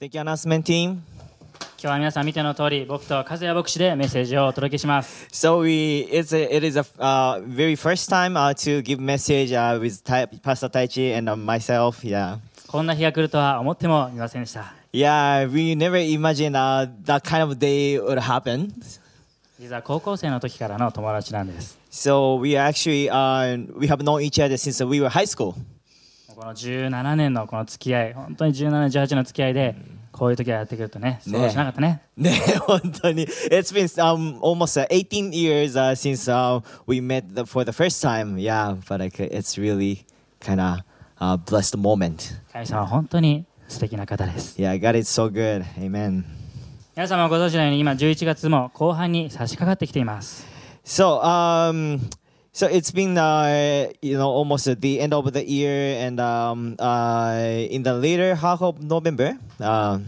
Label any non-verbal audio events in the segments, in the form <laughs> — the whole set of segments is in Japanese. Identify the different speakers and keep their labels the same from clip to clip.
Speaker 1: Thank you, announcement team.
Speaker 2: 今日は皆さん見ての通り僕と和也牧師でメッセージをお届けします
Speaker 1: So we it's a, it is a uh, very first time uh, to give message uh, with tai, Pastor Taichi and uh, myself. Yeah,
Speaker 2: こんな日が来るとは思ってもいませんでした
Speaker 1: yeah. We never imagined uh, that kind of day would happen.
Speaker 2: 実は高校生の時からの友達なんです
Speaker 1: So we are actually uh, we have known each other since we were high school. <laughs>
Speaker 2: もうこの17年のこの付き合い本当に17年18の付き合いでこういう時がやってくるとねそうしなかったね
Speaker 1: ね、本当に。It's been um, almost uh, 18 years uh, since uh, we met the, for the first time. Yeah, but like, it's really kind of uh, blessed moment.
Speaker 2: 神様は本当に素敵な方です
Speaker 1: Yeah, God is so good. Amen.
Speaker 2: 皆様ご存知のように今11月も後半に差し掛かってきています
Speaker 1: So, um, so it's been uh, you know almost at the end of the year, and um, uh, in the later half of November. um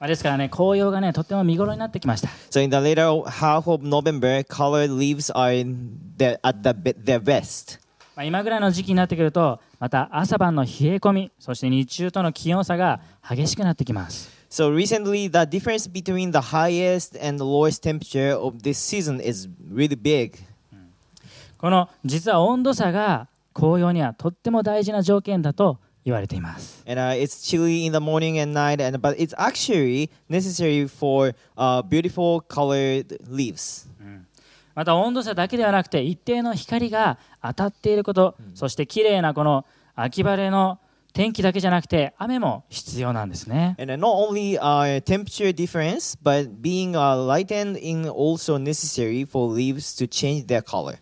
Speaker 2: まあですからね紅葉がねとっても見頃になってきました
Speaker 1: so in the later half of November, colored leaves are in their, at the, be- their best.
Speaker 2: まあ、今ぐらいの時期になってくるとまた朝晩の冷え込みそして日中との気温差が激しくなってきます
Speaker 1: So recently, the difference between the highest and the lowest temperature of this season is really big.
Speaker 2: この実は温度差が紅葉にはとっても大事な条件だと言われています
Speaker 1: And uh, it's chilly in the morning and night, and but it's actually necessary for uh, beautiful colored leaves.
Speaker 2: また温度差だけではなくて一定の光が当たっていること、そして綺麗なこの秋晴れの天気だけじゃなくて雨も必要なんですね
Speaker 1: And uh, not only uh, temperature difference, but being uh, lightened in also necessary for leaves to change their color.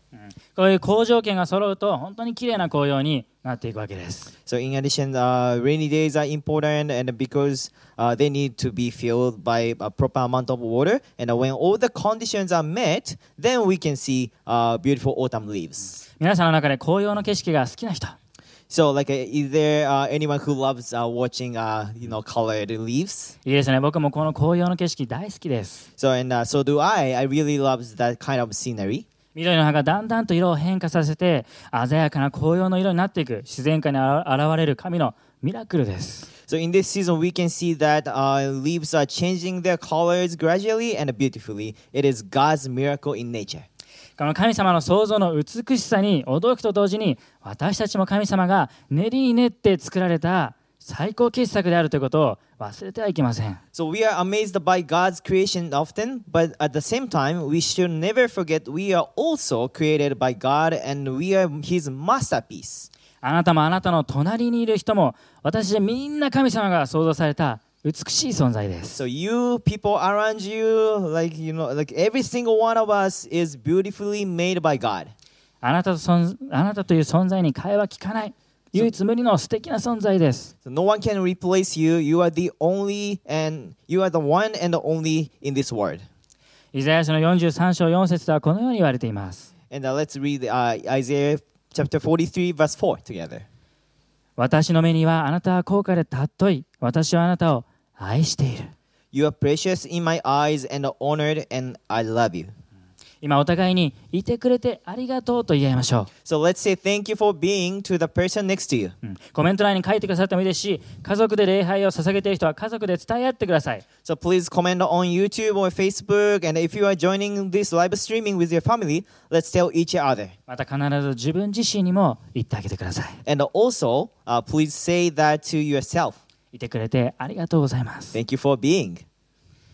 Speaker 2: こういう好条件が揃うと本当に綺麗な紅葉になっていくわけです
Speaker 1: So in addition, uh, rainy days are important, and because uh, they need to be filled by a proper amount of water, and when all the conditions are met, then we can see uh, beautiful autumn leaves.
Speaker 2: 皆さんの中で紅葉の景色が好きな人
Speaker 1: So, like, uh, is there uh, anyone who loves uh, watching, uh, you know, colored leaves?
Speaker 2: いいですね僕もこの紅葉の景色大好きです
Speaker 1: So and uh, so do I. I really love that kind of scenery.
Speaker 2: 緑の葉がだんだんと色を変化させて鮮やかな紅葉の色になっていく自然界にあら現れる神のミラクルです
Speaker 1: So in this season, we can see that uh, leaves are changing their colors gradually and beautifully. It is God's miracle in nature.
Speaker 2: この神様の創造の美しさに驚くと同時に私たちも神様が練りに練って作られた最高傑作であるということを忘れてはいけません
Speaker 1: So we are amazed by God's creation often, but at the same time, we should never forget we are also created by God and we are His masterpiece.
Speaker 2: あなたもあなたの隣にいる人も私でみんな神様が創造された美しい存在です
Speaker 1: So you, people around you, like you know, like every single one of us is beautifully made by God.
Speaker 2: あなたとそんあなたという存在に替えは聞かない唯一無二の素敵な存在です
Speaker 1: So no one can replace you. You are the only and you are the one and the only in this world.
Speaker 2: イザヤ書の43章4節ではこのように言われています。
Speaker 1: And uh, let's read uh, Isaiah chapter 43 verse 4 together.
Speaker 2: 私の目にはあなたは高価で尊い。私はあなたを愛している。
Speaker 1: You are precious in my eyes and honored and I love you.
Speaker 2: 今お互いにいてくれてありがとうと言い合いましょ
Speaker 1: So let's say thank you for being to the person next to you.
Speaker 2: う、うんコメント欄に書いてくださってもいいですし、家族で礼拝を捧げている人は家族で伝え合ってください。
Speaker 1: So please comment on YouTube or Facebook. And if you are joining this live streaming with your family, let's tell each other.
Speaker 2: また必ず自分自身にも言ってあげてください。
Speaker 1: And also, uh, please say that to yourself.
Speaker 2: いてくれてありがとうございます。
Speaker 1: Thank you for being.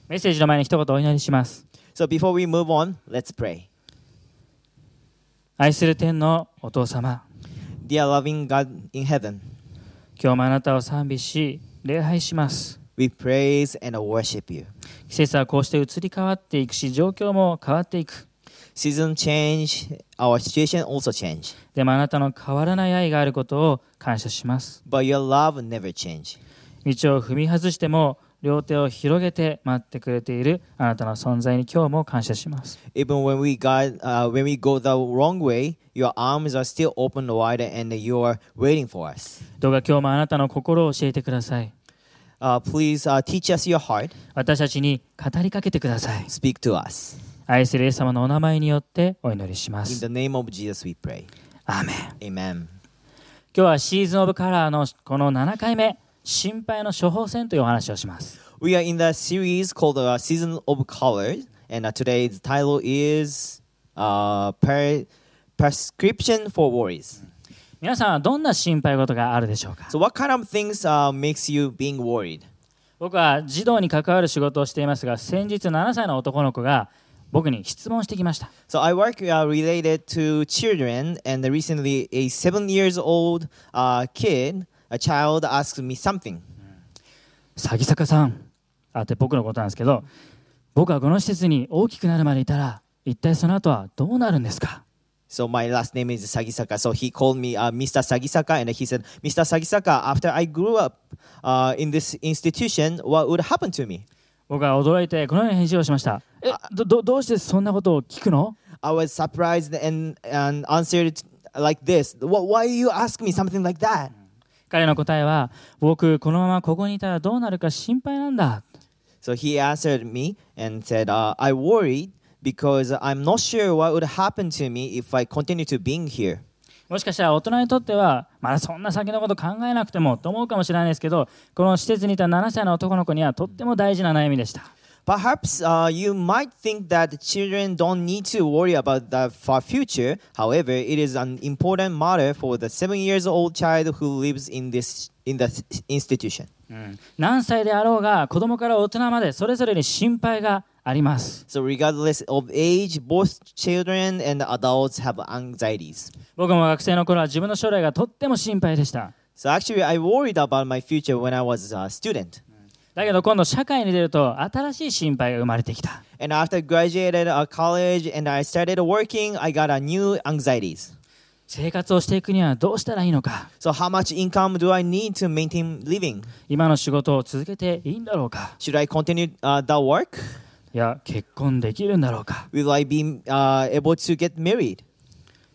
Speaker 2: メッセージの前に一言お祈りします。
Speaker 1: So before we move on, let's pray.
Speaker 2: 愛する天のお父様、
Speaker 1: Dear loving God in heaven,
Speaker 2: 今日もあなたを賛美し、礼拝します。
Speaker 1: we praise and worship you.
Speaker 2: 季節はこうして移り変わっていくし状況も変わっていく
Speaker 1: Season change, our situation also change,
Speaker 2: でもあなたの変わらない愛があることを感謝します
Speaker 1: but your love never change.
Speaker 2: 道を踏み外しても両手を広げて待ってくれているあなたの存在に今日も感謝します
Speaker 1: Even when we got, uh, when we go the wrong way, your arms are still open wide and you are waiting for us.
Speaker 2: どうか今日もあなたの心を教えてください
Speaker 1: Uh, please uh, teach us your heart.
Speaker 2: 私たちに語りかけてください
Speaker 1: Speak to us.
Speaker 2: 愛するイエス様のお名前によってお祈りしま
Speaker 1: In
Speaker 2: す
Speaker 1: the name of Jesus, we pray.
Speaker 2: アーメン
Speaker 1: Amen.
Speaker 2: 今日はシーズンオブカラーのこの7回目心配の処方箋というお話をします。
Speaker 1: We are in the series called uh, Season of Colors, and uh, today's title is uh, per- Prescription for Worries.
Speaker 2: 皆さんはどんな心配事があるでしょうか
Speaker 1: So, what kind of things uh, makes you being worried?
Speaker 2: 僕は児童に関わる仕事をしていますが先日7歳の男の子が僕に質問してきました
Speaker 1: So, I work uh, related to children, and recently a seven years old uh, kid, a child, asked me something.
Speaker 2: 詐欺坂さんあって僕のことなんですけど僕はこの施設に大きくなるまでいたら一体その後はどうなるんですか
Speaker 1: So my last name is Sagisaka. So he called me uh, Mr. Sagisaka, and he said, "Mr. Sagisaka, after I grew up uh, in this institution, what would happen to me?"
Speaker 2: 僕は驚いてこのように返事をしましたえどどどうしてそんなことを聞くの
Speaker 1: I was surprised and, and answered like this. "Wh- Why you ask me something like that?
Speaker 2: 彼の答えは僕このままここにいたらどうなるか心配なんだ
Speaker 1: So he answered me and said, uh, "I worried because I'm not sure what would happen to me if I continue to being here."
Speaker 2: もしかしたら大人にとってはまだそんな先のこと考えなくてもと思うかもしれないですけどこの施設にいた7歳の男の子にはとっても大事な悩みでした
Speaker 1: Perhaps uh, you might think that children don't need to worry about the far future. However, it is an important matter for the seven years old child who lives in this in the institution.
Speaker 2: 何歳であろうが子供から大人までそれぞれに心配があります
Speaker 1: So, regardless of age, both children and adults have anxieties.
Speaker 2: 僕も学生の頃は自分の将来がとっても心配でした
Speaker 1: So, actually, I worried about my future when I was a student.
Speaker 2: だけど今度社会に出ると新しい心配が生まれてきた
Speaker 1: And after graduated uh, college and I started working, I got a new anxieties.
Speaker 2: 生活をしていくにはどうしたらいいのか
Speaker 1: So, how much income do I need to maintain living?
Speaker 2: 今の仕事を続けていいんだろうか
Speaker 1: Should I continue uh, that work?
Speaker 2: いや結婚できるんだろうか
Speaker 1: will I be uh, able to get married?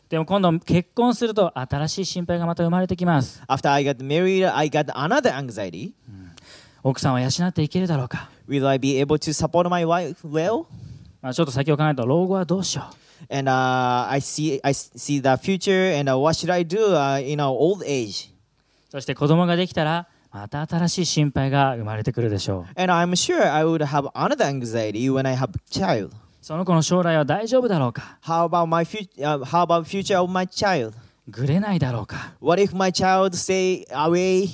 Speaker 2: でも今度結婚すると新しい心配がまた生まれてきます
Speaker 1: After I got married, I got another anxiety.
Speaker 2: 奥さんを養っていけるだろうか、
Speaker 1: Will I be able to support my wife well?
Speaker 2: まあ、ちょっと先を考えると老後はどうしよ
Speaker 1: And uh, I see I s- see the future, and uh, what should I do uh, in our old age?
Speaker 2: うそして子供ができたらまた新しい心配が生まれてくるでしょう
Speaker 1: And I'm sure I would have another anxiety when I have child.
Speaker 2: その子の将来は大丈夫だろうか
Speaker 1: How about my future? Uh, how about future of my child?
Speaker 2: ぐれないだろうか
Speaker 1: What if my child stay away?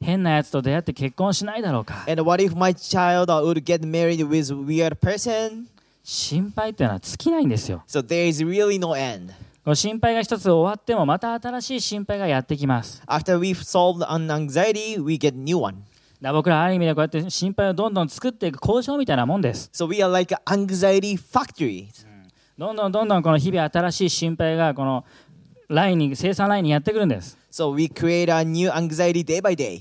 Speaker 2: 変なやつと出会って結婚しないだろうか
Speaker 1: And what if my child uh, would get married with weird person?
Speaker 2: 心配っていうのは尽きないんですよ
Speaker 1: So there is really no end.
Speaker 2: この心配が一つ終わってもまた新しい心配がやってきます
Speaker 1: After we've solved an anxiety, we get new one.
Speaker 2: だから僕らある意味でこうやって心配をどんどん作っていく工場みたいなもんです
Speaker 1: So we are like anxiety factories.
Speaker 2: どんどんどんどんこの日々新しい心配がこのラインに生産ラインにやってくるんです
Speaker 1: So we create a new anxiety day by day.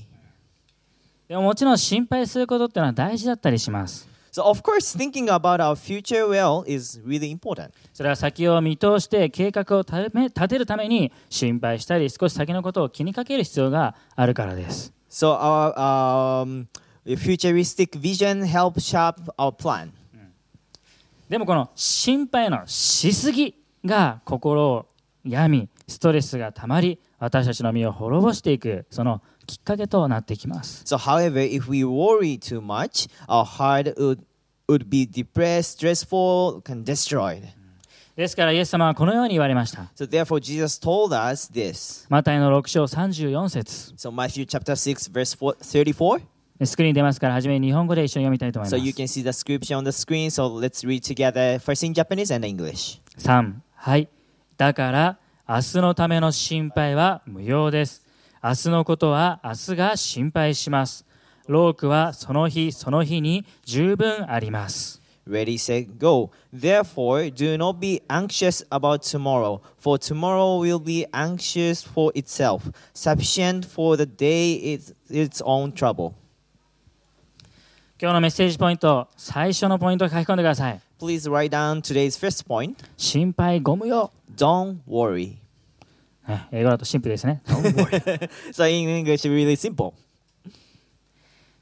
Speaker 2: でももちろん心配することっていうのは大事だったりします。
Speaker 1: So of course, thinking about our future well is really important.
Speaker 2: それは先を見通して計画を立て立てるために心配したり少し先のことを気にかける必要があるからです。
Speaker 1: So our um, futuristic vision helps shape our plan.
Speaker 2: でもこの心配のしすぎが心を病みストレスがたまり私たちの身を滅ぼしていくそのきっかけとなってきます。
Speaker 1: So however, if we worry too much, our heart would, would be depressed, stressful, and destroyed.
Speaker 2: ですからイエス様はこのように言われました。
Speaker 1: So therefore, Jesus told us this.
Speaker 2: マタイの6章34節
Speaker 1: So Matthew chapter 6, verse 4, 34.
Speaker 2: スクリーンに出ますから初めに日本語で一緒に読みたいと思い
Speaker 1: So
Speaker 2: ま
Speaker 1: you
Speaker 2: す。
Speaker 1: can see the scripture on the screen. So let's read together first in Japanese and English.
Speaker 2: 3はいだから明日のための心配は無用です明日のことは明日が心配しますロークはその日その日に十分あります
Speaker 1: Ready, set, go. Therefore, do not be anxious about tomorrow, for tomorrow will be anxious for itself. Sufficient for the day is its own trouble.
Speaker 2: 今日のメッセージポイント最初のポイントを書き込んでください
Speaker 1: Please write down today's first point.
Speaker 2: 心配ご無用
Speaker 1: Don't worry.
Speaker 2: ね英語だとシンプルですね
Speaker 1: <laughs> So in English, really simple.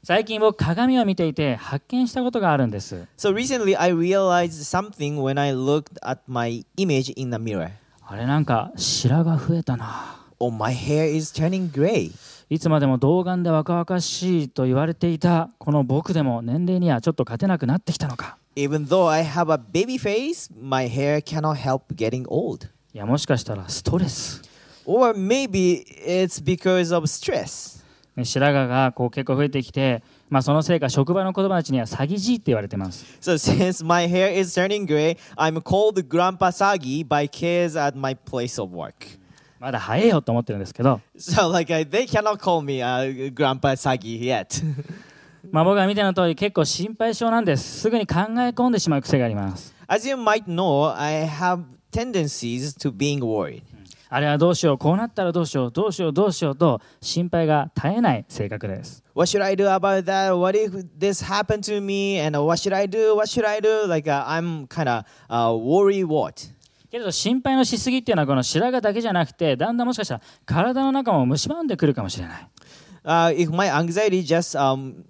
Speaker 2: 最近僕鏡を見ていて発見したことがあるんです
Speaker 1: So recently, I realized something when I looked at my image in the mirror.
Speaker 2: あれなんか白が増えたな
Speaker 1: Oh, my hair is turning gray.
Speaker 2: いつまでも童顔で若々しいと言われていたこの僕でも年齢にはちょっと勝てなくなってきたのか
Speaker 1: Even though I have a baby face, my hair cannot help getting old.
Speaker 2: いやもしかしたらストレス、
Speaker 1: Or maybe it's because of stress.
Speaker 2: ね、白髪がこう結構増えてきて、まあ、そのせいか職場の子供たちには詐欺じいって言われてます
Speaker 1: So <laughs> since my hair is turning gray, I'm called Grandpa Sagi by kids at my place of work.
Speaker 2: まだ早いよと思ってるんですけど、
Speaker 1: So like I, they cannot call me uh, Grandpa Sagi yet.
Speaker 2: まあ、僕が見ての通り結構心配性なんですすぐに考え込んでしまう癖があります
Speaker 1: As you might know, I have tendencies to being worried.
Speaker 2: あれはどうしようこうなったらどうしようどうしようどうしようと心配が絶えない性格です
Speaker 1: What should I do about that? What if this happened to me? And uh, what should I do? What should I do? Like uh, I'm kind of uh, worry what.
Speaker 2: けれど心配のしすぎっていうのはこの白髪だけじゃなくてだんだんもしかしたら体の中も蝕んでくるかもしれない
Speaker 1: Uh, if my anxiety just um,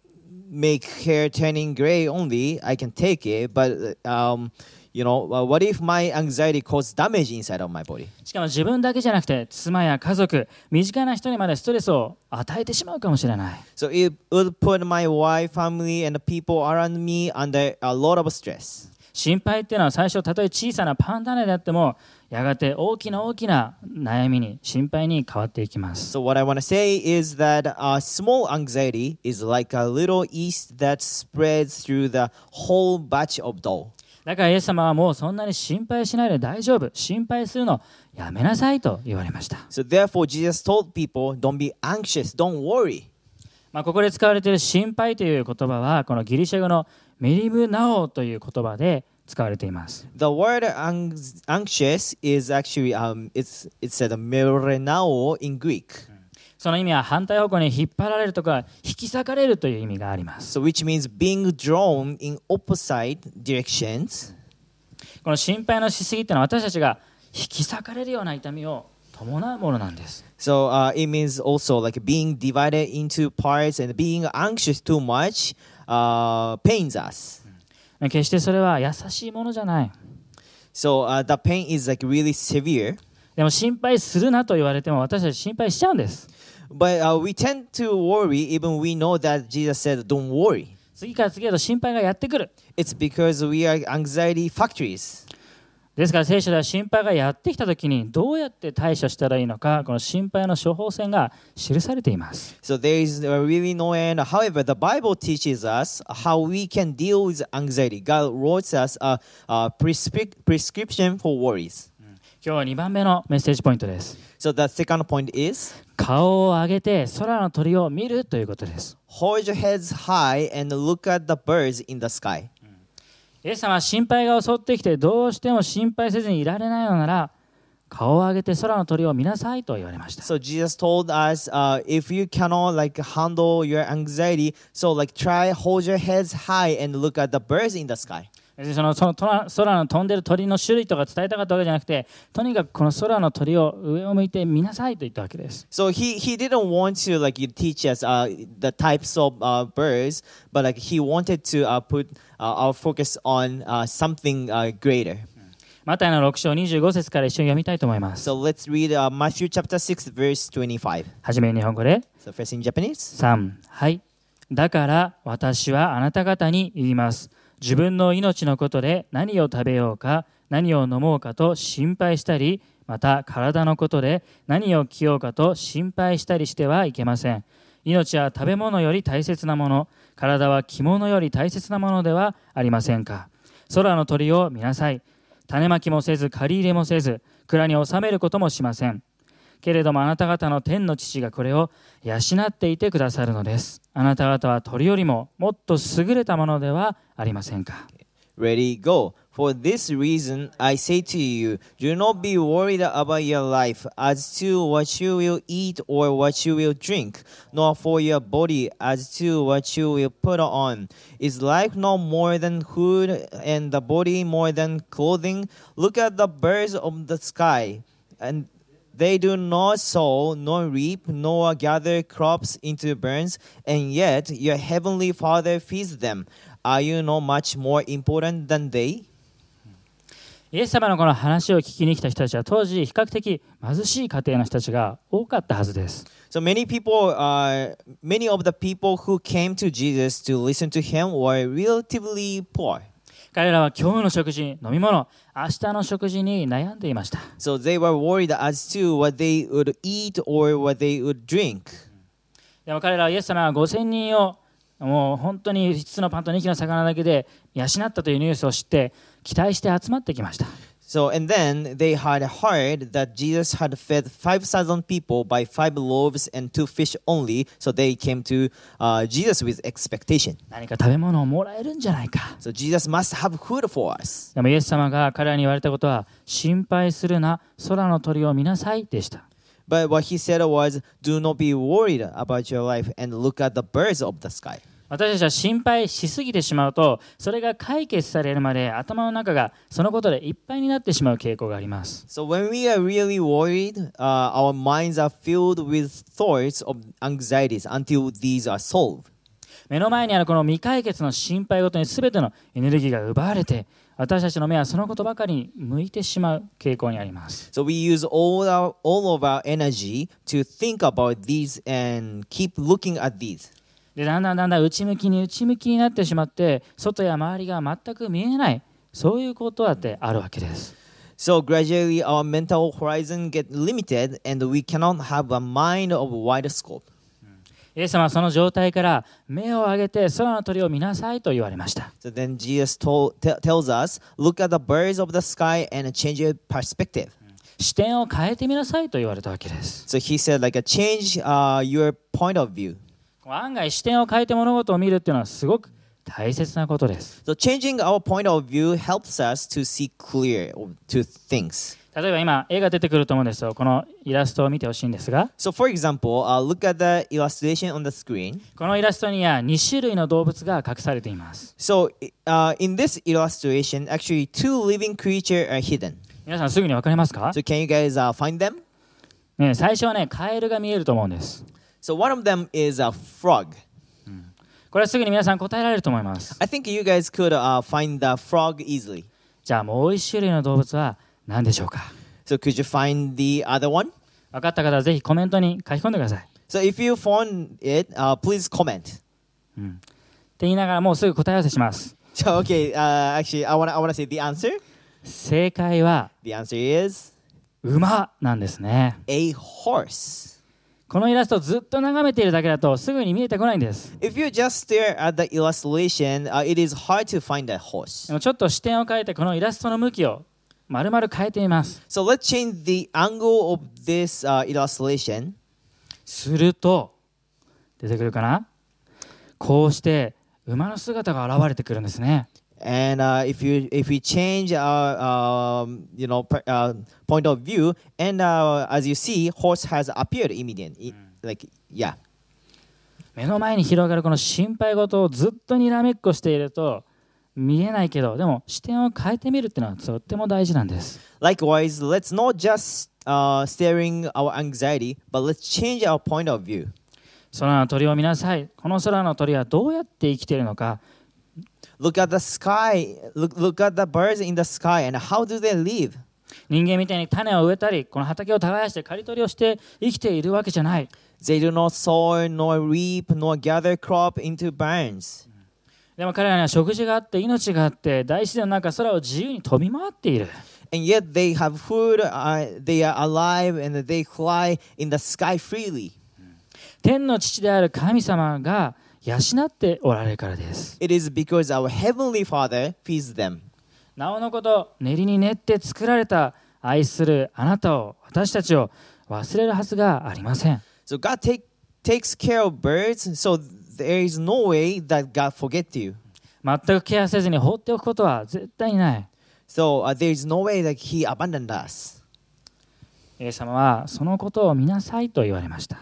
Speaker 1: make hair turning gray only, I can take it. But uh, um, you know, uh, what if my anxiety cause damage inside of my body?
Speaker 2: しかも自分だけじゃなくて妻や家族身近な人にまでストレスを与えてしまうかもしれない
Speaker 1: So it would put my wife, family, and the people around me under a lot of stress.
Speaker 2: 心配っていうのは最初たとえ小さなパン種であってもやがて大きな大きな悩みに心配に変わっていきます
Speaker 1: So what I want to say is that a small anxiety is like a little yeast that spreads through the whole batch of dough.
Speaker 2: だからイエス様はもうそんなに心配しないで大丈夫心配するのやめなさいと言われました、
Speaker 1: So therefore, Jesus told people, "Don't be anxious, don't worry."
Speaker 2: まあ、ここで使われている心配という言葉はこのギリシャ語のメリブナオという言葉で使われています
Speaker 1: The word ang- anxious is actually um, it's it's said merenao in Greek,
Speaker 2: その意味は反対方向に引っ張られるとか引き裂かれるという意味があります
Speaker 1: so which means being drawn in opposite directions.
Speaker 2: この心配のしすぎっていうのは私たちが引き裂かれるような痛みを伴うものなんです
Speaker 1: So uh, it means also like being divided into parts and being anxious too much uh, pains us.
Speaker 2: 決してそれは優しいものじゃない
Speaker 1: So uh, the pain is like really severe,
Speaker 2: でも心配するなと言われても私たち心配しちゃうんです
Speaker 1: but uh, we tend to worry even we know that Jesus said, "Don't worry."
Speaker 2: 次から次へと心配がやってくる
Speaker 1: It's because we are anxiety factories.
Speaker 2: ですから聖書では心配がやってきた時にどうやって対処したらいいのかこの心配の処方箋が記されています
Speaker 1: So there is uh, really no end. However, the Bible teaches us how we can deal with anxiety. God wrote us a, a prescrip- prescription for worries.
Speaker 2: 今日は2番目のメッセージポイントです
Speaker 1: So the second point is
Speaker 2: 顔を上げて空の鳥を見るということです
Speaker 1: hold your heads high and look at the birds in the sky.
Speaker 2: イエス様は心配が襲ってきてどうしても心配せずにいられないのなら顔を上げて空の鳥を見なさいと言われました
Speaker 1: So Jesus told us uh, if you cannot like handle your anxiety, so like try hold your heads high and look at the birds in the sky.
Speaker 2: 別にそのその空空の飛んでる鳥の種類とか伝えたかったわけじゃなくてとにかくこの空の鳥を上を向いて見なさいと言ったわけです
Speaker 1: So he, he didn't want to like you teach us uh, the types of uh, birds, but like he wanted to uh, put uh, our focus on uh, something uh, greater.
Speaker 2: マタイの6章25節から一緒に読みたいと思います
Speaker 1: So let's read uh, Matthew chapter six, verse twenty-five.
Speaker 2: はじめに日本語で
Speaker 1: So first in Japanese.
Speaker 2: 3はいだから私はあなた方に言います自分の命のことで何を食べようか何を飲もうかと心配したりまた体のことで何を着ようかと心配したりしてはいけません命は食べ物より大切なもの体は着物より大切なものではありませんか空の鳥を見なさい種まきもせず借り入れもせず蔵に収めることもしませんけれどもあなた方の天の父がこれを養っていてくださるのですあなた方は鳥よりももっと優れたものではありませんか
Speaker 1: Ready, go. For this reason, I say to you, do not be worried about your life as to what you will eat or what you will drink, nor for your body as to what you will put on. Is life no more than food, and the body more than clothing? Look at the birds of the sky, and they do not sow, nor reap, nor gather crops into barns, and yet your heavenly Father feeds them. Are you not much more important than they?
Speaker 2: イイエス様のこの話を聞きに来た人たちは当時比較的貧しい家庭の人たちが多かったはずです。
Speaker 1: So many people, uh, many of the people who came to Jesus to listen to him were relatively poor.
Speaker 2: 彼らは今日の食事、飲み物、明日の食事に悩んでいました。
Speaker 1: So they were worried as to what they would eat or what they would drink.
Speaker 2: でも彼らはイエス様は5000人をもう本当に5つのパンと2匹の魚だけで養ったというニュースを知って期待して集まってきました。
Speaker 1: So and then they had heard that Jesus had fed five thousand people by five loaves and two fish only. So they came to uh, Jesus with expectation.
Speaker 2: 何か食べ物をもらえるんじゃないか。
Speaker 1: So Jesus must have food for us.
Speaker 2: でもイエス様が彼らに言われたことは心配するな空の鳥を見なさいでした。
Speaker 1: But what he said was, "Do not be worried about your life and look at the birds of the sky."
Speaker 2: 私たちは心配しすぎてしまうとそれが解決されるまで頭の中がそのことでいっぱいになってしまう傾向があります
Speaker 1: So when we are really worried, uh, our minds are filled with thoughts of anxieties until these are solved.
Speaker 2: 目の前にあるこの未解決の心配ごとに全てのエネルギーが奪われて私たちの目はそのことばかりに向いてしまう傾向にあります
Speaker 1: So we use all our all of our energy to think about these and keep looking at these.
Speaker 2: でだんだんだんだん内向きに内向きになってしまって外や周りが全く見えないそういうことだってあるわけです
Speaker 1: So gradually our mental horizon get limited and we cannot have a mind of wide scope.
Speaker 2: イエス様はその状態から目を上げて空の鳥を見なさいと言われました
Speaker 1: So then Jesus told, te- tells us, look at the birds of the sky and change your perspective.
Speaker 2: 視点を変えてみなさいと言われたわけです
Speaker 1: So he said like a change uh, your point of view.
Speaker 2: 案外視点を変えて物事を見るっていうのはすごく大切なことです
Speaker 1: So changing our point of view helps us to see clear to things.
Speaker 2: 例えば今絵が出てくると思うんですよこのイラストを見てほしいんですが
Speaker 1: So for example, uh, look at the illustration on the screen.
Speaker 2: このイラストには2種類の動物が隠されています
Speaker 1: So uh, in this illustration, actually two living creatures are hidden.
Speaker 2: 皆さんすぐに分かりますか、
Speaker 1: So can you guys uh, find them?
Speaker 2: ね、最初はねカエルが見えると思うんです
Speaker 1: So one of them is a frog.
Speaker 2: これはすぐに皆さん答えられると思います
Speaker 1: I think you guys could uh, find the frog easily.
Speaker 2: じゃあもう1種類の動物は何でしょうか
Speaker 1: So could you find the other one?
Speaker 2: 分かった方はぜひコメントに書き込んでくださいって
Speaker 1: So if you found it, uh, please comment. <laughs>
Speaker 2: 言いながらもうすぐ答え合わせします
Speaker 1: So okay, uh, actually, I wanna I wanna say the answer.
Speaker 2: 正解は
Speaker 1: The answer is
Speaker 2: 馬なんですね
Speaker 1: a horse.
Speaker 2: このイラストをずっと眺めているだけだとすぐに見えてこないんです。
Speaker 1: If you just stare at the illustration, uh, it is hard to find a
Speaker 2: で
Speaker 1: horse.
Speaker 2: もちょっと視点を変えてこのイラストの向きを丸々変えてみます。
Speaker 1: So let's change the angle of this uh, illustration.
Speaker 2: すると出てくるかなこうして馬の姿が現れてくるんですね。
Speaker 1: And uh, if you if we change our um, you know per, uh, point of view, and uh, as you see, horse has appeared immediately. Like yeah.
Speaker 2: 目の前に広がるこの心配事をずっとにらめっこしていると見えないけどでも視点を変えてみるっていうのはとっても大事なんです。
Speaker 1: Likewise, let's not just uh, staring our anxiety, but let's change our point of view.
Speaker 2: 空の鳥を見なさい。この空の鳥はどうやって生きているのか
Speaker 1: Look at the sky. Look look at the birds in the sky, and how do they live?
Speaker 2: 人間みたいに種を植えたりこの畑を耕して刈り取りをして生きているわけじゃない
Speaker 1: They do not sow nor reap nor gather crop into barns.
Speaker 2: でも彼らには食事があって命があって大自然の中空を自由に飛び回っている
Speaker 1: And yet they have food, uh, they are alive, and they fly in the sky freely.
Speaker 2: 天の父である神様が養っておられるからです
Speaker 1: It is because our Heavenly Father feeds them.
Speaker 2: なおのこと練りに練って作られた愛するあなたを私たちを忘れるはずがありません
Speaker 1: So God take, takes care of birds, so there is no way that God forget you.
Speaker 2: 全くケアせずに放っておくことは絶対にない
Speaker 1: So uh, there is no way that He abandoned us.
Speaker 2: イエス様はそのことを見なさいと言われました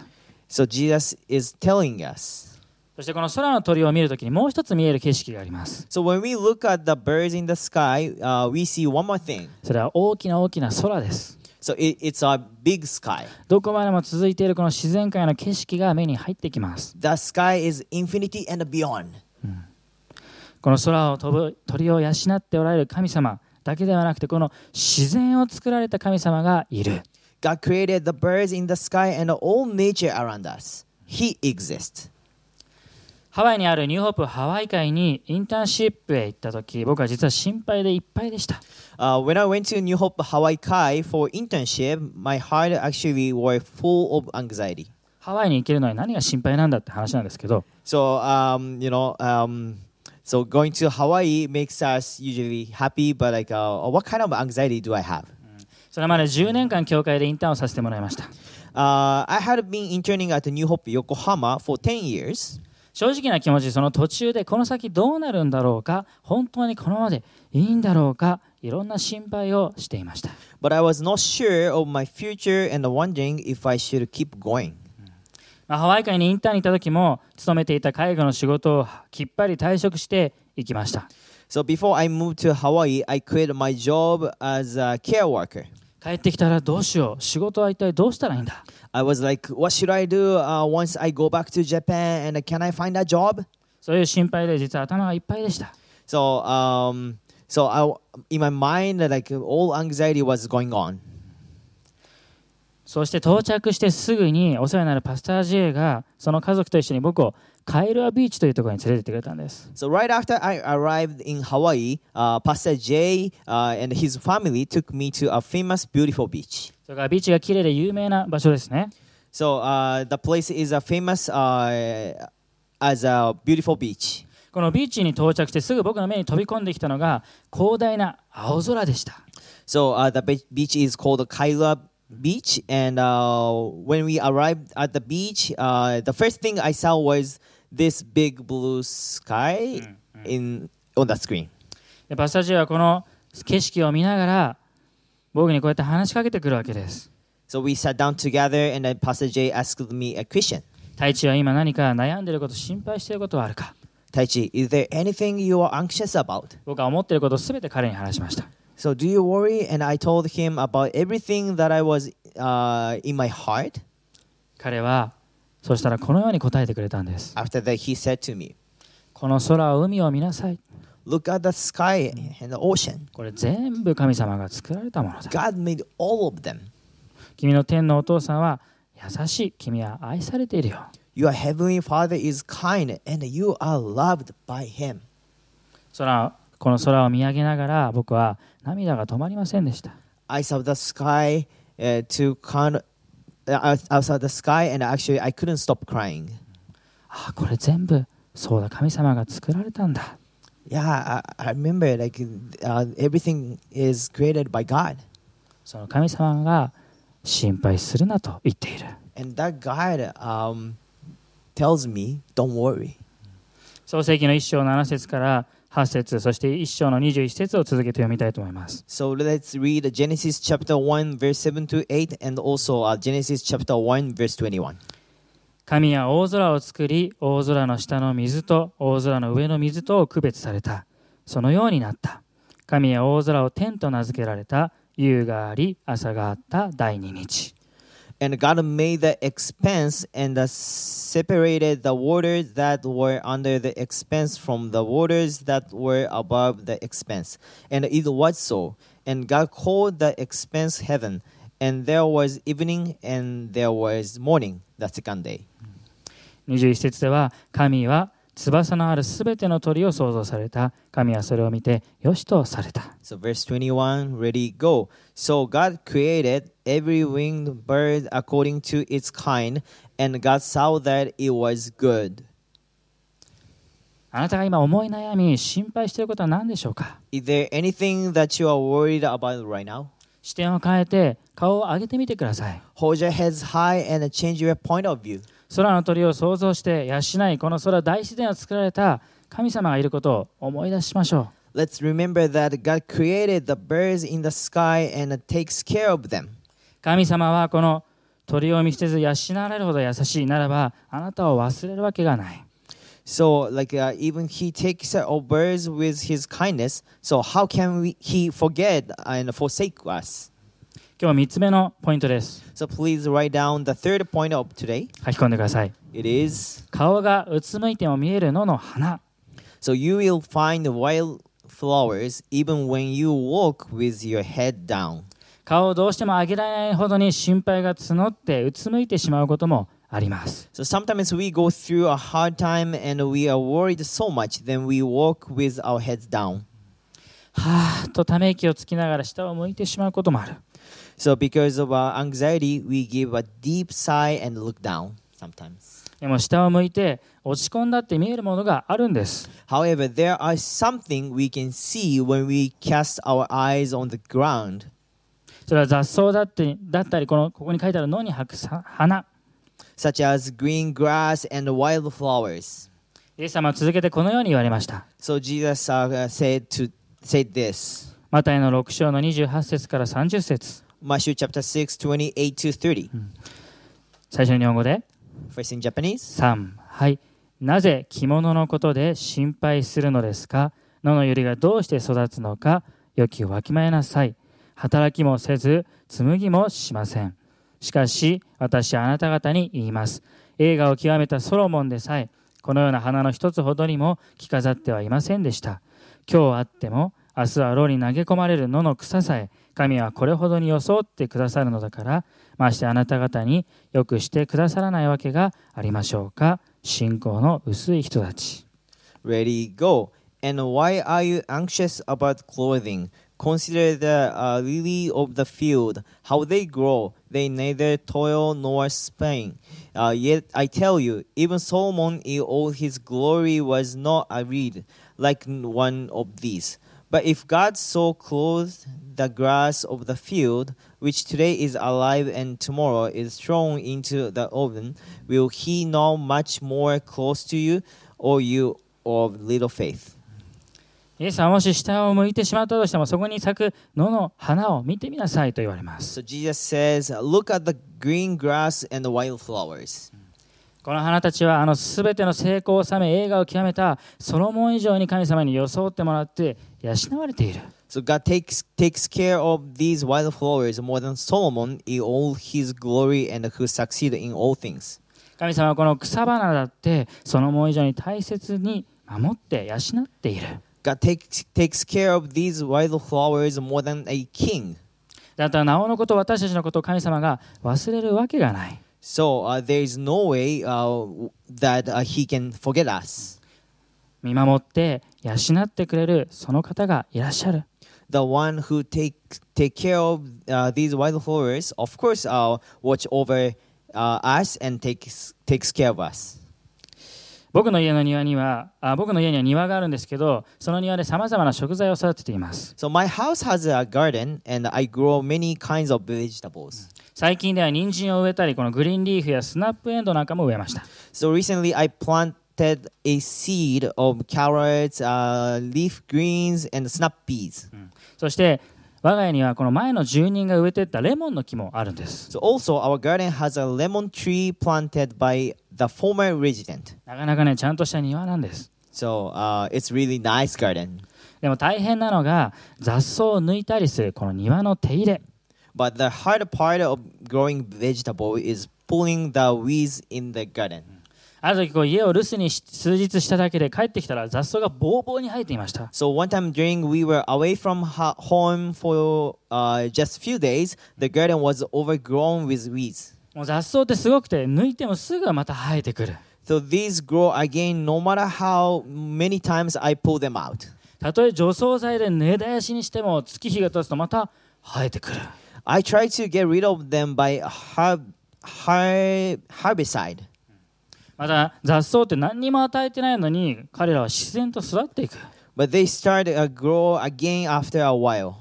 Speaker 1: So Jesus is telling us.
Speaker 2: そしてこの空の鳥を見るときにもう一つ見える景色があります
Speaker 1: So when we look at the birds in the sky, uh, we see one more thing.
Speaker 2: それは大きな大きな空です。
Speaker 1: So it, it's a big sky.
Speaker 2: どこまでも続いているこの自然界の景色が目に入ってきます。
Speaker 1: The sky is infinity and beyond.
Speaker 2: この空を飛ぶ鳥を養っておられる神様、だけではなくてこの自然を作られた神様がいる
Speaker 1: God created the birds in the sky and all nature around us. He exists.
Speaker 2: ハワイにあるニューホープハワイ会にインターンシップへ行った時僕は実は心配でいっぱいでした
Speaker 1: Uh, when I went to New Hope Hawaii Kai for internship, my heart actually was full of anxiety.
Speaker 2: ハワイに行けるのに何が心配なんだって話なんですけど
Speaker 1: So, um, you know, um, so going to Hawaii makes us usually happy, but like, uh, what kind of anxiety do I have?
Speaker 2: それまで10年間教会でインターンをさせてもらいました
Speaker 1: Uh, I had been interning at New Hope Yokohama for 10 years.
Speaker 2: 正直な気持ちその途中でこの先どうなるんだろうか本当にこのままでいいんだろうかいろんな心配をしていました
Speaker 1: But I was not sure of my future and wondering if I should keep going.
Speaker 2: まあハワイ会にインターンに行った時も勤めていた介護の仕事をきっぱり退職していきました
Speaker 1: So before I moved to Hawaii, I quit my job as a care worker.
Speaker 2: 帰ってきたらどうしよう仕事は一体どうしたらいいんだ
Speaker 1: I was like, what should I do uh, once I go back to Japan and uh, can I find a job?
Speaker 2: そういう心配で実は頭がいっぱいでした
Speaker 1: So, um, so I, in my mind, uh, like all anxiety was going on.
Speaker 2: そして到着してすぐにお世話になるパスタージエがその家族と一緒に僕をカイルアビーチというところに連れてってくれたんです
Speaker 1: So right after I arrived in Hawaii, uh, Pastor Jay uh, and his family took me to a famous, beautiful beach.
Speaker 2: それからビーチが綺麗で有名な場所ですね
Speaker 1: So uh, the place is a famous uh, as a beautiful beach.
Speaker 2: このビーチに到着してすぐ僕の目に飛び込んできたのが広大な青空でした
Speaker 1: So uh, the be- beach is called Kailua Beach, and uh, when we arrived at the beach, uh, the first thing I saw was this big blue sky in on the screen.
Speaker 2: でパスタジエはこの景色を見ながら僕にこうやって話しかけてくるわけです
Speaker 1: So we sat down together, and then Pastor Jay asked me a question.
Speaker 2: 太一は今何か悩んでること心配していることはあるか
Speaker 1: Taichi, is there anything you are anxious about?
Speaker 2: 僕は思っていることを全て彼に話しました
Speaker 1: So do you worry? And I told him about everything that I was uh, in my heart.
Speaker 2: 彼はそしたらこのように答えてくれたんです
Speaker 1: After that, he said to me,
Speaker 2: この空を海を見なさい
Speaker 1: "Look at the sky and the ocean.
Speaker 2: これ全部神様が作られたものだ
Speaker 1: God made all of them."
Speaker 2: 君の天のお父さんは優しい君は愛されているよ
Speaker 1: Your heavenly Father is kind and you are loved by him.
Speaker 2: 空この空を見上げながら僕は涙が止まりませんでした
Speaker 1: I saw the sky uh, to con- uh, I I saw the sky and actually I couldn't stop crying.
Speaker 2: ああこれ全部そうだ神様が作られたんだ
Speaker 1: Yeah, I, I remember like uh, everything is created by God.
Speaker 2: その神様が心配するなと言っている
Speaker 1: And that God um, tells me, don't worry.
Speaker 2: 創世記の1章7節から8節そして1章の21節を続けて読みたいと思います
Speaker 1: So let's read Genesis chapter 1, verse 7 to 8, and also uh, Genesis chapter 1, verse 21.
Speaker 2: 神は大空を作り大空の下の水と大空の上の水とを区別されたそのようになった神は大空を天と名付けられた夕があり朝があった第二日
Speaker 1: And God made the expanse and uh, separated the waters that were under the expanse from the waters that were above the expanse. And it was so. And God called the expanse heaven. And there was evening and there was morning the second day.
Speaker 2: 21節では神は翼のあるすべての鳥を創造された神はそれを見てよしとされた
Speaker 1: So, verse 21, ready, go. So, God created every winged bird according to its kind, and God saw that it was good.
Speaker 2: あなたが今思い悩み心配していることは何でしょうか
Speaker 1: Is there anything that you are worried about right now?
Speaker 2: 視点を変えて顔を上げてみてください
Speaker 1: Hold your heads high and change your point of view.
Speaker 2: 空の鳥を想像して養いこの空大自然を作られた神様がいることを思い出しましょ
Speaker 1: Let's remember that God created the birds in the sky and takes care of them.
Speaker 2: う神様はこの鳥を見捨てず養われるほど優しいならばあなたを忘れるわけがない
Speaker 1: So, like uh, even He takes care of birds with His kindness. So, how can we, He forget and forsake us?
Speaker 2: 今日3つ目のポイントです
Speaker 1: So, please write down the third point of today.
Speaker 2: 書き込んでください
Speaker 1: It is
Speaker 2: 顔がうつむいても見えるのの花
Speaker 1: so you will find while flowers even when you walk with your head down.
Speaker 2: 顔をどうしても上げられないほどに心配が募ってうつむいてしまうこともあります
Speaker 1: So sometimes we go through a hard time and we are worried so much, then we walk with our heads down.
Speaker 2: はあとため息をつきながら下を向いてしまうこともある
Speaker 1: So because of our anxiety, we give a deep sigh and look down sometimes.
Speaker 2: でも下を向いて落ち込んだって見えるものがあるんです
Speaker 1: However, there are something we can see when we cast our eyes on the ground.
Speaker 2: それは雑草だってだったりこのここに書いてある野に吐くさ花
Speaker 1: such as green grass and wildflowers.
Speaker 2: イエス様は続けてこのように言われました
Speaker 1: So Jesus uh, said to said this.
Speaker 2: マタイの6章の28節から30節
Speaker 1: Matthew chapter 6, 28 to 30.
Speaker 2: 最初の日本語で
Speaker 1: First in Japanese.
Speaker 2: 3はいなぜ着物のことで心配するのですか野のゆりがどうして育つのか良きをわきまえなさい働きもせず紡ぎもしませんしかし私はあなた方に言います映画を極めたソロモンでさえこのような花の一つほどにも着飾ってはいませんでした今日あっても明日は牢に投げ込まれる野の草さえ神はこれほどに装ってくださるのだからましてあなた方によくしてくださらないわけがありましょうか信仰の薄い人たち
Speaker 1: Ready, go. And why are you anxious about clothing? Consider the uh, lily of the field, how they grow. They neither toil nor spin. Uh, yet I tell you, even Solomon in all his glory was not arrayed like one of these. But if God so clothes the grass of the field, which today is alive and tomorrow is thrown into the oven, will he not much more close to you, or you of little faith?
Speaker 2: イエスはもし下を向いてしまったとしてもそこに咲く野の花を見てみなさいと言われます
Speaker 1: So Jesus says, Look at the green grass and the wildflowers.
Speaker 2: この花たちはあの全ての成功を収め映画を極めたソロモン以上に神様に装ってもらって養われている
Speaker 1: So God takes takes care of these wildflowers more than Solomon in all his glory and who succeeded in all things.
Speaker 2: 神様はこの草花だってソロモン以上に大切に守って養っている
Speaker 1: God takes takes care of these wildflowers more than a king.
Speaker 2: だからなおのこと私たちのことを神様が忘れるわけがない
Speaker 1: So uh, there is no way uh, w- that uh, he can forget us.
Speaker 2: 見守って養ってくれるその方がいらっしゃる
Speaker 1: The one who take take care of uh, these wildflowers, of course, uh, watch over uh, us and takes takes care of us.
Speaker 2: 僕の家の庭にはあ僕の家には庭があるんですけどその庭でさまざまな食材を育てています
Speaker 1: So my house has a garden, and I grow many kinds of vegetables.
Speaker 2: 最近では人参を植えたりこのグリーンリーフやスナップエンドウなんかも植えました
Speaker 1: So recently, I planted a seed of carrots, uh, leaf greens, and snap peas.
Speaker 2: そして我が家にはこの前の住人が植えてったレモンの木もあるんです
Speaker 1: So also, our garden has a lemon tree planted by the former resident.
Speaker 2: なかなかねちゃんとした庭なんです
Speaker 1: So uh, it's really nice garden.
Speaker 2: でも大変なのが雑草を抜いたりするこの庭の手入れ
Speaker 1: But the hard part of growing vegetable is pulling the weeds in the garden.
Speaker 2: ある時こう家を留守にし数日しただけで帰ってきたら雑草がボーボーに生えていました
Speaker 1: So one time during we were away from ho- home for uh, just few days, the garden was overgrown with weeds.
Speaker 2: もう雑草ってすごくて抜いてもすぐまた生えてくる
Speaker 1: So these grow again no matter how many times I pull them out.
Speaker 2: たとえ除草剤で根絶やしにしても月日が経つとまた生えてくる
Speaker 1: I try to get rid of them by har- har- herbicide.
Speaker 2: また雑草って何にも与えてないのに彼らは自然と育っていく
Speaker 1: But they start to grow again after a while.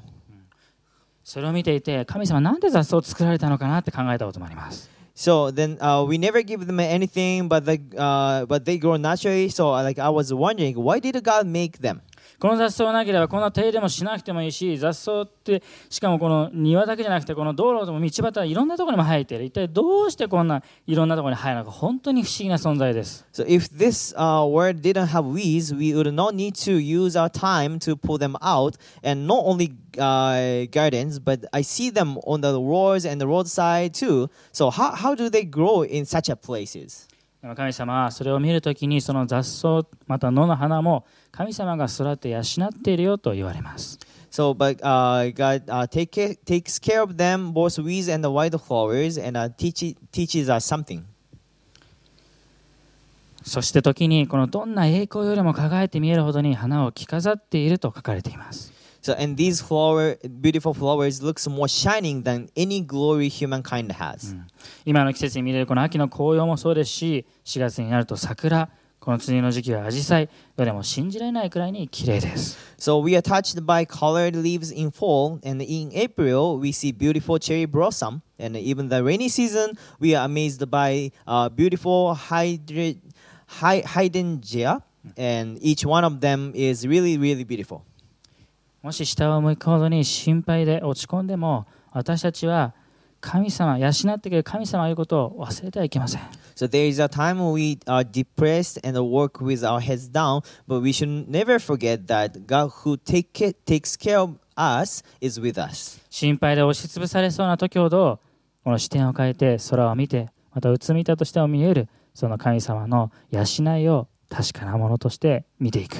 Speaker 2: それを見ていて神様なんで雑草を作られたのかなって考えたこともあります
Speaker 1: So then uh, we never give them anything, but the, uh, but they grow naturally. So uh, like I was wondering, why did God make them?
Speaker 2: この雑草がなければこんな手入れもしなくてもいいし雑草ってしかもこの庭だけじゃなくてこの道路でも道端いろんなところにも生えている一体どうしてこんないろんなところに生えるのか本当に不思議な存在です
Speaker 1: So if this uh, world didn't have weeds, we would not need to use our time to pull them out. And not only uh, gardens, but I see them on the roads and the roadside too. So how, how do they grow in such a places?
Speaker 2: でも神様はそれを見るときにその雑草また野の花も神様が育て養っているよと言われます
Speaker 1: So, but uh, God uh, take care, takes care of them, both weeds and the wild flowers, and uh, teach, teaches us something.
Speaker 2: そして時にこのどんな栄光よりも輝いて見えるほどに花を着飾っていると書かれています
Speaker 1: So, and these flower, beautiful flowers looks more shining than any glory humankind has.
Speaker 2: 今の季節に見れるこの秋の紅葉もそうですし4月になると桜この梅雨の時期はアジサイどれも信じられないくらいに綺麗です
Speaker 1: So we are touched by colored leaves in fall, and in April we see beautiful cherry blossom, and even the rainy season we are amazed by uh, beautiful hydra- hy- hydrangea, and each one of them is really, really beautiful.
Speaker 2: もし下を向くほどに心配で落ち込んでも私たちは神様養ってくれる神様がいることを忘れてはいけません
Speaker 1: So there is a time when we are depressed and work with our heads down, but we should never forget that God who take ca- takes care of us is with us.
Speaker 2: 心配で押しつぶされそうな時ほどこの視点を変えて空を見てまたうつむいたとしても見えるその神様の養いを確かなものとして見ていく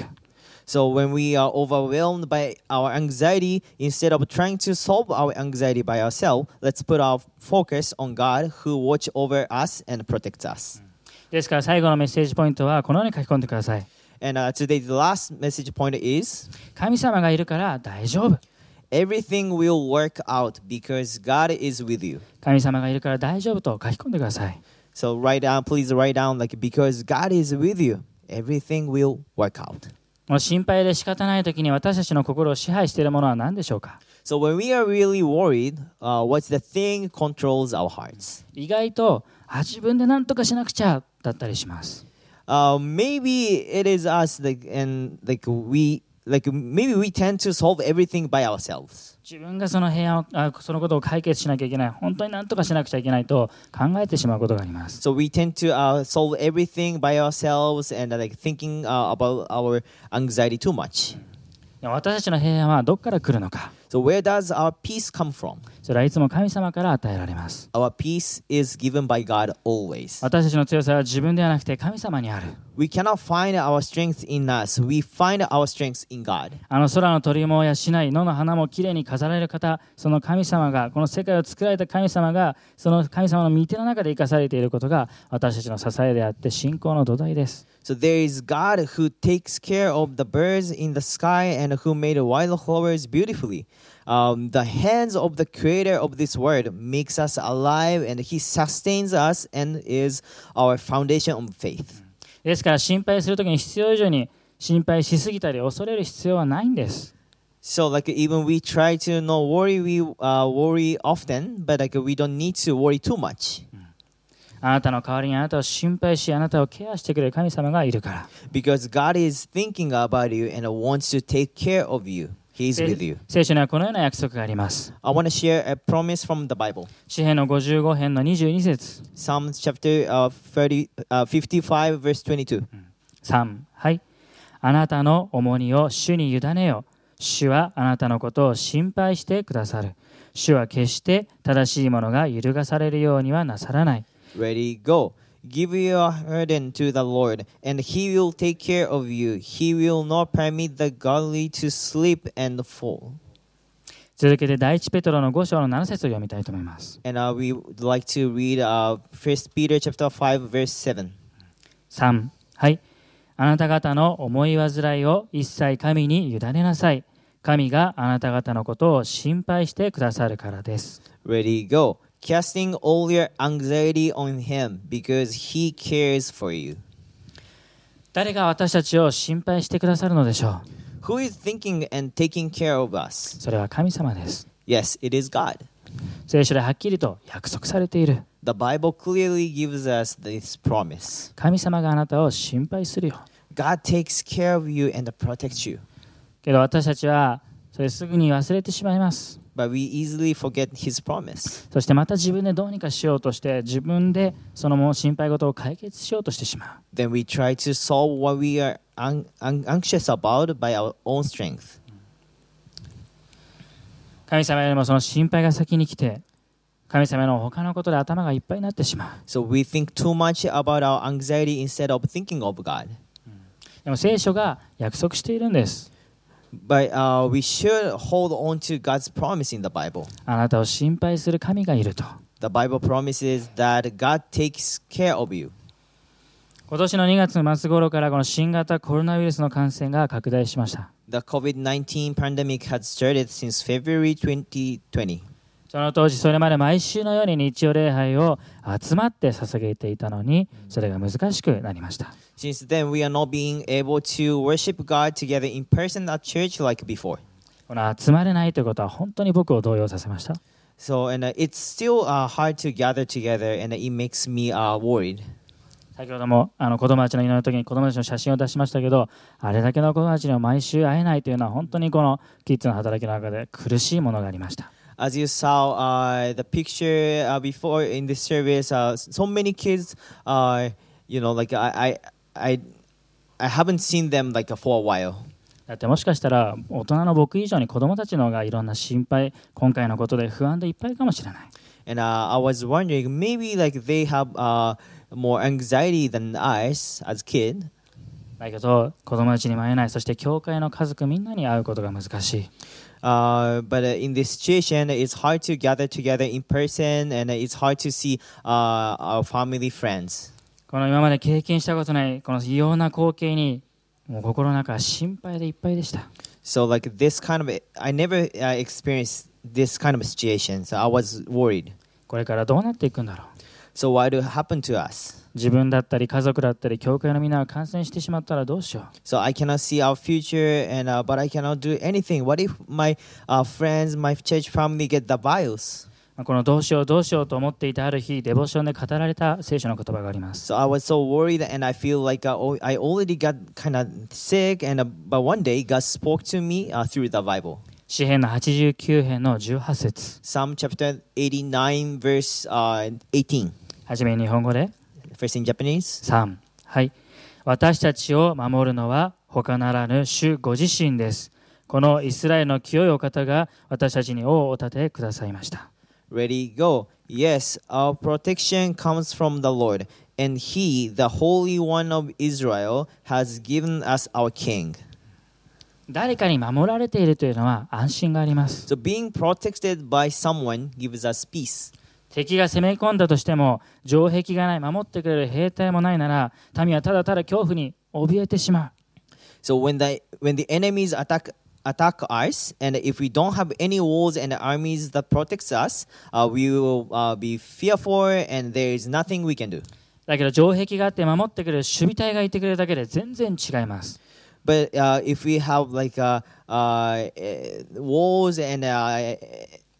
Speaker 1: So when we are overwhelmed by our anxiety, instead of trying to solve our anxiety by ourselves, let's put our focus on God who watch over us and protects us.
Speaker 2: ですから最後のメッセージポイントはこのように書き込んでください
Speaker 1: And uh, today's last message point is
Speaker 2: 神様がいるから大丈夫
Speaker 1: everything will work out because God is with you.
Speaker 2: 神様がいるから大丈夫と書き込んでください
Speaker 1: So write down, please write down like because God is with you, everything will work out.
Speaker 2: この心配で仕方ない時に私たちの心を支配しているものは何でしょうか
Speaker 1: So when we are really worried, uh, what's the thing controls our hearts?
Speaker 2: 意外とあ自分で何とかしなくちゃだったりします
Speaker 1: Uh, maybe it is us like and like we like maybe we tend to solve everything by ourselves.
Speaker 2: 自分がその平安をあそのことを解決しなきゃいけない本当に何とかしなくちゃいけないと考えてしまうことがあります
Speaker 1: So we tend to uh, solve everything by ourselves and uh, like thinking uh, about our anxiety too much.
Speaker 2: でも私たちの平安はどこから来るのか
Speaker 1: So where does our peace come from?
Speaker 2: それはいつも神様から与えられます
Speaker 1: Our peace is given by God always.
Speaker 2: 私たちの強さは自分ではなくて神様にある
Speaker 1: We cannot find our strength in us. We find our strength in God.
Speaker 2: あの空の鳥も養い野の花もきれいに飾られる方その神様がこの世界を作られた神様がその神様の御手の中で生かされていることが私たちの支えであって信仰の土台です
Speaker 1: So there is God who takes care of the birds in the sky and who made wild flowers beautifully. Um, the hands of the creator of this world makes us alive and he sustains us and is our foundation of faith.
Speaker 2: ですから心配するときに必要以上に心配しすぎたり恐れる必要はないんです
Speaker 1: So like even we try to not worry, we uh, worry often, but like we don't need to worry too much
Speaker 2: あなたの代わりにあなたを心配しあなたをケアしてくれる神様がいるから
Speaker 1: because God is thinking about you and wants to take care of you. He's
Speaker 2: せ
Speaker 1: with you.
Speaker 2: 聖書にはこのような約束があります
Speaker 1: I want to share a promise from the Bible.
Speaker 2: 詩篇の55編の22節
Speaker 1: Psalm chapter uh, 30, uh, 55, verse 22.
Speaker 2: 3はいあなたの重荷を主に委ねよ主はあなたのことを心配してくださる主は決して正しいものが揺るがされるようにはなさらない
Speaker 1: Ready, go. Give your burden to the Lord, and he will take care of you. He will not permit the godly to sleep and fall.
Speaker 2: 続けて第一ペトロの5章の7節を読みたいと思います
Speaker 1: And uh, we would like to read uh, 1 Peter chapter 5, verse 7.
Speaker 2: 3はいあなた方の思い煩いを一切神に委ねなさい神があなた方のことを心配してくださるからです
Speaker 1: Ready, go. Casting all your anxiety on him because he cares for you.
Speaker 2: 誰が私たちを心配してくださるのでしょう
Speaker 1: Who is thinking and taking care of us?
Speaker 2: それは神様です
Speaker 1: Yes, it is God.
Speaker 2: 聖書ではっきりと約束されている
Speaker 1: The Bible clearly gives us this promise.
Speaker 2: 神様があなたを心配するよ
Speaker 1: God takes care of you and protects you,
Speaker 2: けど私たちはそれすぐに忘れてしまいます
Speaker 1: but we easily forget his promise.
Speaker 2: そしてまた自分でどうにかしようとして自分でそのもう心配事を解決しようとしてしまう
Speaker 1: Then we try to solve what we are un- un- anxious about by our own strength.
Speaker 2: 神様よりもその心配が先に来て神様の他のことで頭がいっぱいになってしま
Speaker 1: So we think too much about our anxiety instead of thinking of God.
Speaker 2: うでも聖書が約束しているんです
Speaker 1: But uh, we should hold on to God's promise in the Bible.
Speaker 2: あなたを心配する神がいると
Speaker 1: The Bible promises that God takes care of you.
Speaker 2: 今年の2月の末頃からこの新型コロナウイルスの感染が拡大しました
Speaker 1: The COVID 19 pandemic had started since February 2020.
Speaker 2: その当時それまで毎週のように日曜礼拝を集まって捧げていたのにそれが難しくなりました
Speaker 1: Since then, we are not being able to worship God together in person at church like before.
Speaker 2: この集まれないということは本当に僕を動揺させました
Speaker 1: So, and uh, it's still uh, hard to gather together, and it makes me uh, worried.
Speaker 2: 先ほどもあの子供たちの祈りの時に子供たちの写真を出しましたけどあれだけの子供たちには毎週会えないというのは本当にこのキッズの働きの中で苦しいものがありました
Speaker 1: As you saw uh, the picture uh, before in this service, uh, so many kids, uh, you know, like I, I, I, I haven't seen them like uh, for a while.
Speaker 2: だってもしかしたら大人の僕以上に子供たちの方がいろんな心配今回のことで不安でいっぱいかもしれない
Speaker 1: And uh, I was wondering, maybe like they have uh, more anxiety than us as kid.
Speaker 2: だけど子供たちにも会えないそして教会の家族みんなに会うことが難しい
Speaker 1: Uh, but uh, in this situation, it's hard to gather together in person, and it's hard to see uh, our family friends.
Speaker 2: この今まで経験したことないこの異様な光景にもう心の中は心配でいっぱいでした
Speaker 1: So like this kind of, I never uh, experienced this kind of situation, so I was worried.
Speaker 2: これからどうなっていくんだろう
Speaker 1: So what will happen to us?
Speaker 2: 自分だったり家族だったり教会のみんなが感染してしまったらどうしよ
Speaker 1: So I cannot see our future, and uh, but I cannot do anything. What if my uh, friends, my church family get the virus?
Speaker 2: うまあこのどうしようどうしようと思っていたある日デボーションで語られた聖書の言葉があります
Speaker 1: So I was so worried, and I feel like uh, oh, I already got kind of sick. And uh, but one day God spoke to me uh, through the Bible.
Speaker 2: 詩篇の89編の18節
Speaker 1: Psalm chapter 89, verse uh, 18.
Speaker 2: はじめに日本語で
Speaker 1: First in Japanese.
Speaker 2: 3はい私たちを守るのは他ならぬ主ご自身ですこのイスラエルの清いお方が私たちに王をお立てくださいました
Speaker 1: Ready, go. Yes, our protection comes from the Lord, and He, the Holy One of Israel, has given us our King.
Speaker 2: 誰かに守られているというのは安心があります
Speaker 1: So being protected by someone gives us peace.
Speaker 2: 敵が攻め込んだとしても城壁がない守ってくれる兵隊もないなら民はただただ恐怖に怯えてしまう
Speaker 1: So when the when the enemies attack attack us, and if we don't have any walls and armies that protects us, uh, we will uh, be fearful, and there is nothing we can do.
Speaker 2: だけど城壁があって守ってくれる守備隊がいてくれるだけで全然違います
Speaker 1: But uh, if we have like uh, uh, eh, walls and uh, eh,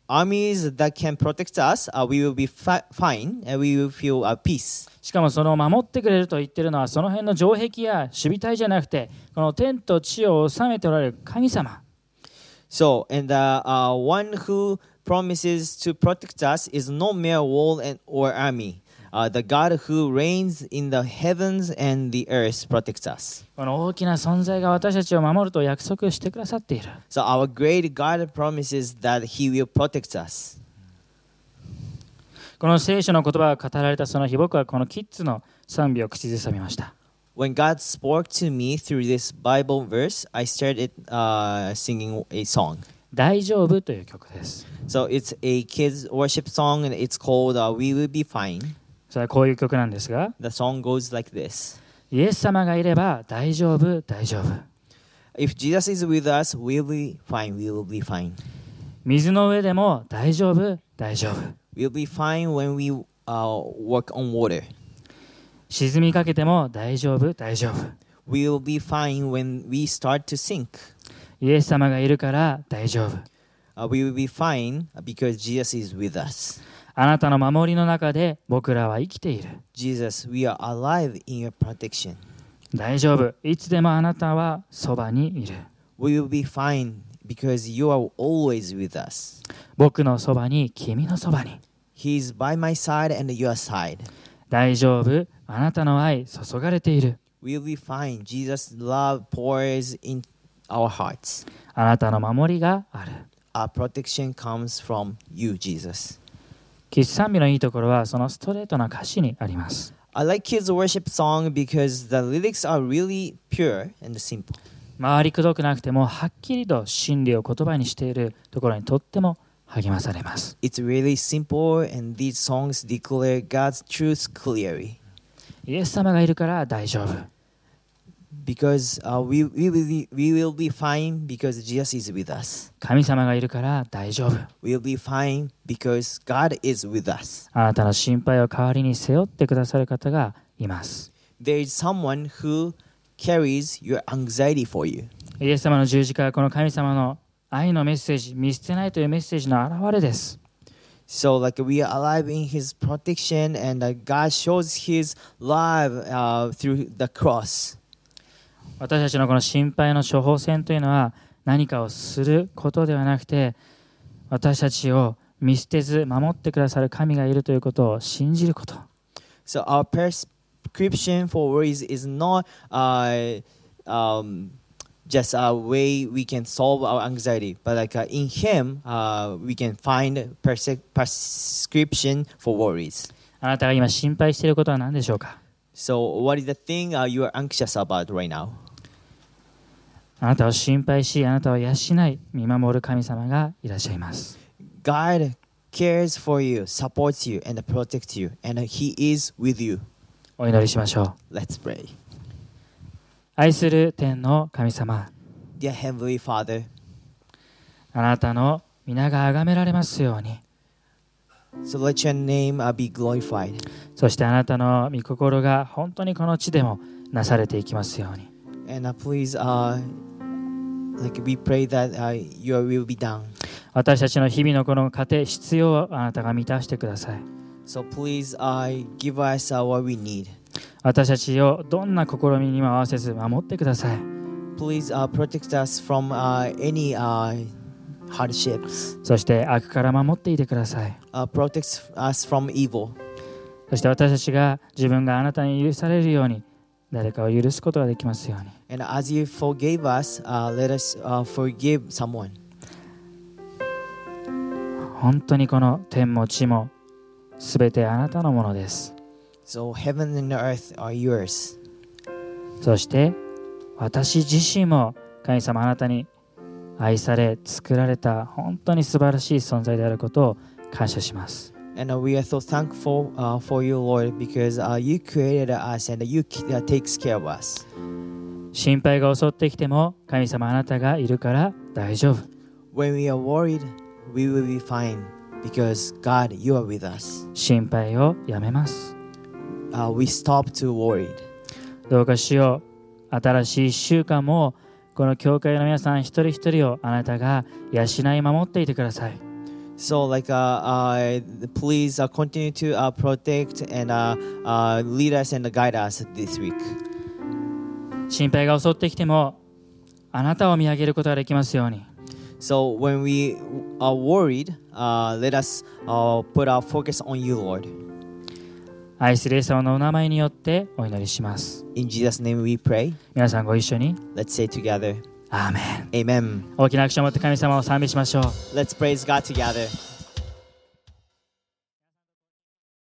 Speaker 1: armies that can protect us, uh, we will be fi- fine, and we will feel uh, peace.
Speaker 2: しかもその守ってくれると言ってるのはその辺の城壁や守備隊じゃなくてこの天と地を治めておられる神様
Speaker 1: So, and the uh, one who promises to protect us is no mere wall and, or army. Uh, the God who reigns in the heavens and the earth protects us.
Speaker 2: この大きな存在が私たちを守ると約束してくださっている
Speaker 1: So, our great God promises that He will protect us.
Speaker 2: この聖書の言葉が語られたその日僕はこのキッズの賛美を口ずさみました
Speaker 1: When God spoke to me through this Bible verse, I started uh, singing a song.
Speaker 2: 大丈夫という曲です
Speaker 1: So, it's a kids' worship song and it's called uh, We Will Be Fine.
Speaker 2: それはこういう曲なんですが
Speaker 1: The song goes like this.
Speaker 2: イエス様がいれば大丈夫、大丈夫。
Speaker 1: If Jesus is with us, we will be fine, we will be fine.
Speaker 2: 水の上でも大丈夫、大丈夫。
Speaker 1: We'll be fine when we uh, work on water.
Speaker 2: 沈みかけても大丈夫、大丈夫。
Speaker 1: We'll be fine when we start to sink.
Speaker 2: イエス様がいるから大丈夫。
Speaker 1: Uh, we will be fine because Jesus is with us.
Speaker 2: あなたの守りの中で僕らは生きている。
Speaker 1: Jesus, we are alive in your protection.
Speaker 2: 大丈夫。いつでもあなたはそばにいる。
Speaker 1: We will be fine because you are always with us.
Speaker 2: 僕のそばに、君のそばに。
Speaker 1: He is by my side and your side.
Speaker 2: 大丈夫。あなたの愛、注がれている。
Speaker 1: We will be fine. Jesus' love pours in our hearts.
Speaker 2: あなたの守りがある。
Speaker 1: Our protection comes from you, Jesus.
Speaker 2: キス賛美のいいところはそのストレートな歌詞にあります
Speaker 1: I like kids' worship song because the lyrics are really pure and simple.
Speaker 2: 回りくどくなくてもはっきりと真理を言葉にしているところにとっても励まされます
Speaker 1: It's really simple, and these songs declare God's truth clearly.
Speaker 2: イエス様がいるから大丈夫
Speaker 1: Because uh, we, we, will be, we will be fine because Jesus is with us.
Speaker 2: 神様がいるから大丈夫
Speaker 1: We'll be fine because God is with us.
Speaker 2: あなたの心配を代わりに背負ってくださる方がいます
Speaker 1: There is someone who carries your anxiety for you.
Speaker 2: イエス様の十字架はこの神様の愛のメッセージ見捨てないというメッセージの表れです
Speaker 1: So, like, we are alive in His protection, and uh, God shows His love uh, through the cross.
Speaker 2: 私たちのこの心配の処方箋というのは何かをすることではなくて私たちを見捨てず守ってくださる神がいるということを信じること
Speaker 1: So our prescription for worries is not uh, um, just a way we can solve our anxiety, but like uh, in Him, uh, we can find perse- prescription for worries.
Speaker 2: あなたが今心配していることは何でしょうか
Speaker 1: So what is the thing uh, you are anxious about right now?
Speaker 2: あなたを心配しあなたを養い見守る神様がいらっしゃいます
Speaker 1: God cares for you, supports you, and protects you, and He is with you.
Speaker 2: お祈りしましょう
Speaker 1: Let's pray.
Speaker 2: 愛する天の神様
Speaker 1: Dear Heavenly Father,
Speaker 2: あなたの皆が崇められますように
Speaker 1: so let your name uh, be glorified.
Speaker 2: そしてあなたの御心が本当にこの地でもなされていきますように
Speaker 1: And uh, please, uh, like we pray that uh, your will be done.
Speaker 2: 私たちの日々のこの糧必要をあなたが満たしてください
Speaker 1: So please, uh, give us uh, what we need.
Speaker 2: 私たちをどんな試みにも合わせず守ってください
Speaker 1: Please uh, protect us from uh, any uh, hardships.
Speaker 2: そして悪から守っていてください
Speaker 1: Uh, protect us from evil.
Speaker 2: そして私たちが自分があなたに許されるように誰かを許すことができますように
Speaker 1: And as you forgave us, uh, let us uh, forgive someone.
Speaker 2: 本当にこの天も地も全てあなたのものです
Speaker 1: So heaven and earth are yours.
Speaker 2: そして私自身も神様あなたに愛され作られた本当に素晴らしい存在であることを感謝します
Speaker 1: And uh, we are so thankful uh, for you, Lord, because uh, you created us and you uh, takes care of us.
Speaker 2: 心配が襲ってきても神様あなたがいるから大丈夫
Speaker 1: When we are worried, we will be fine because God, you are with us.
Speaker 2: 心配をやめます
Speaker 1: Uh, we stop to worried.
Speaker 2: どうかしよう新しい1週間もこの教会の皆さん一人一人をあなたが養い守っていてください
Speaker 1: So, like, uh, uh, please uh, continue to uh, protect and uh, uh, lead us and guide us this week.
Speaker 2: 心配が襲ってきてもあなたを見上げることができますように
Speaker 1: So, when we are worried, uh, let us uh, put our focus on you, Lord.
Speaker 2: 愛するイエス様のお名前によってお祈りします
Speaker 1: In Jesus' name we pray.
Speaker 2: 皆さんご一緒に
Speaker 1: Let's say together,
Speaker 2: アーメン
Speaker 1: Amen.
Speaker 2: 大きな拍手を持って神様を賛美しましょう
Speaker 1: Let's praise God together.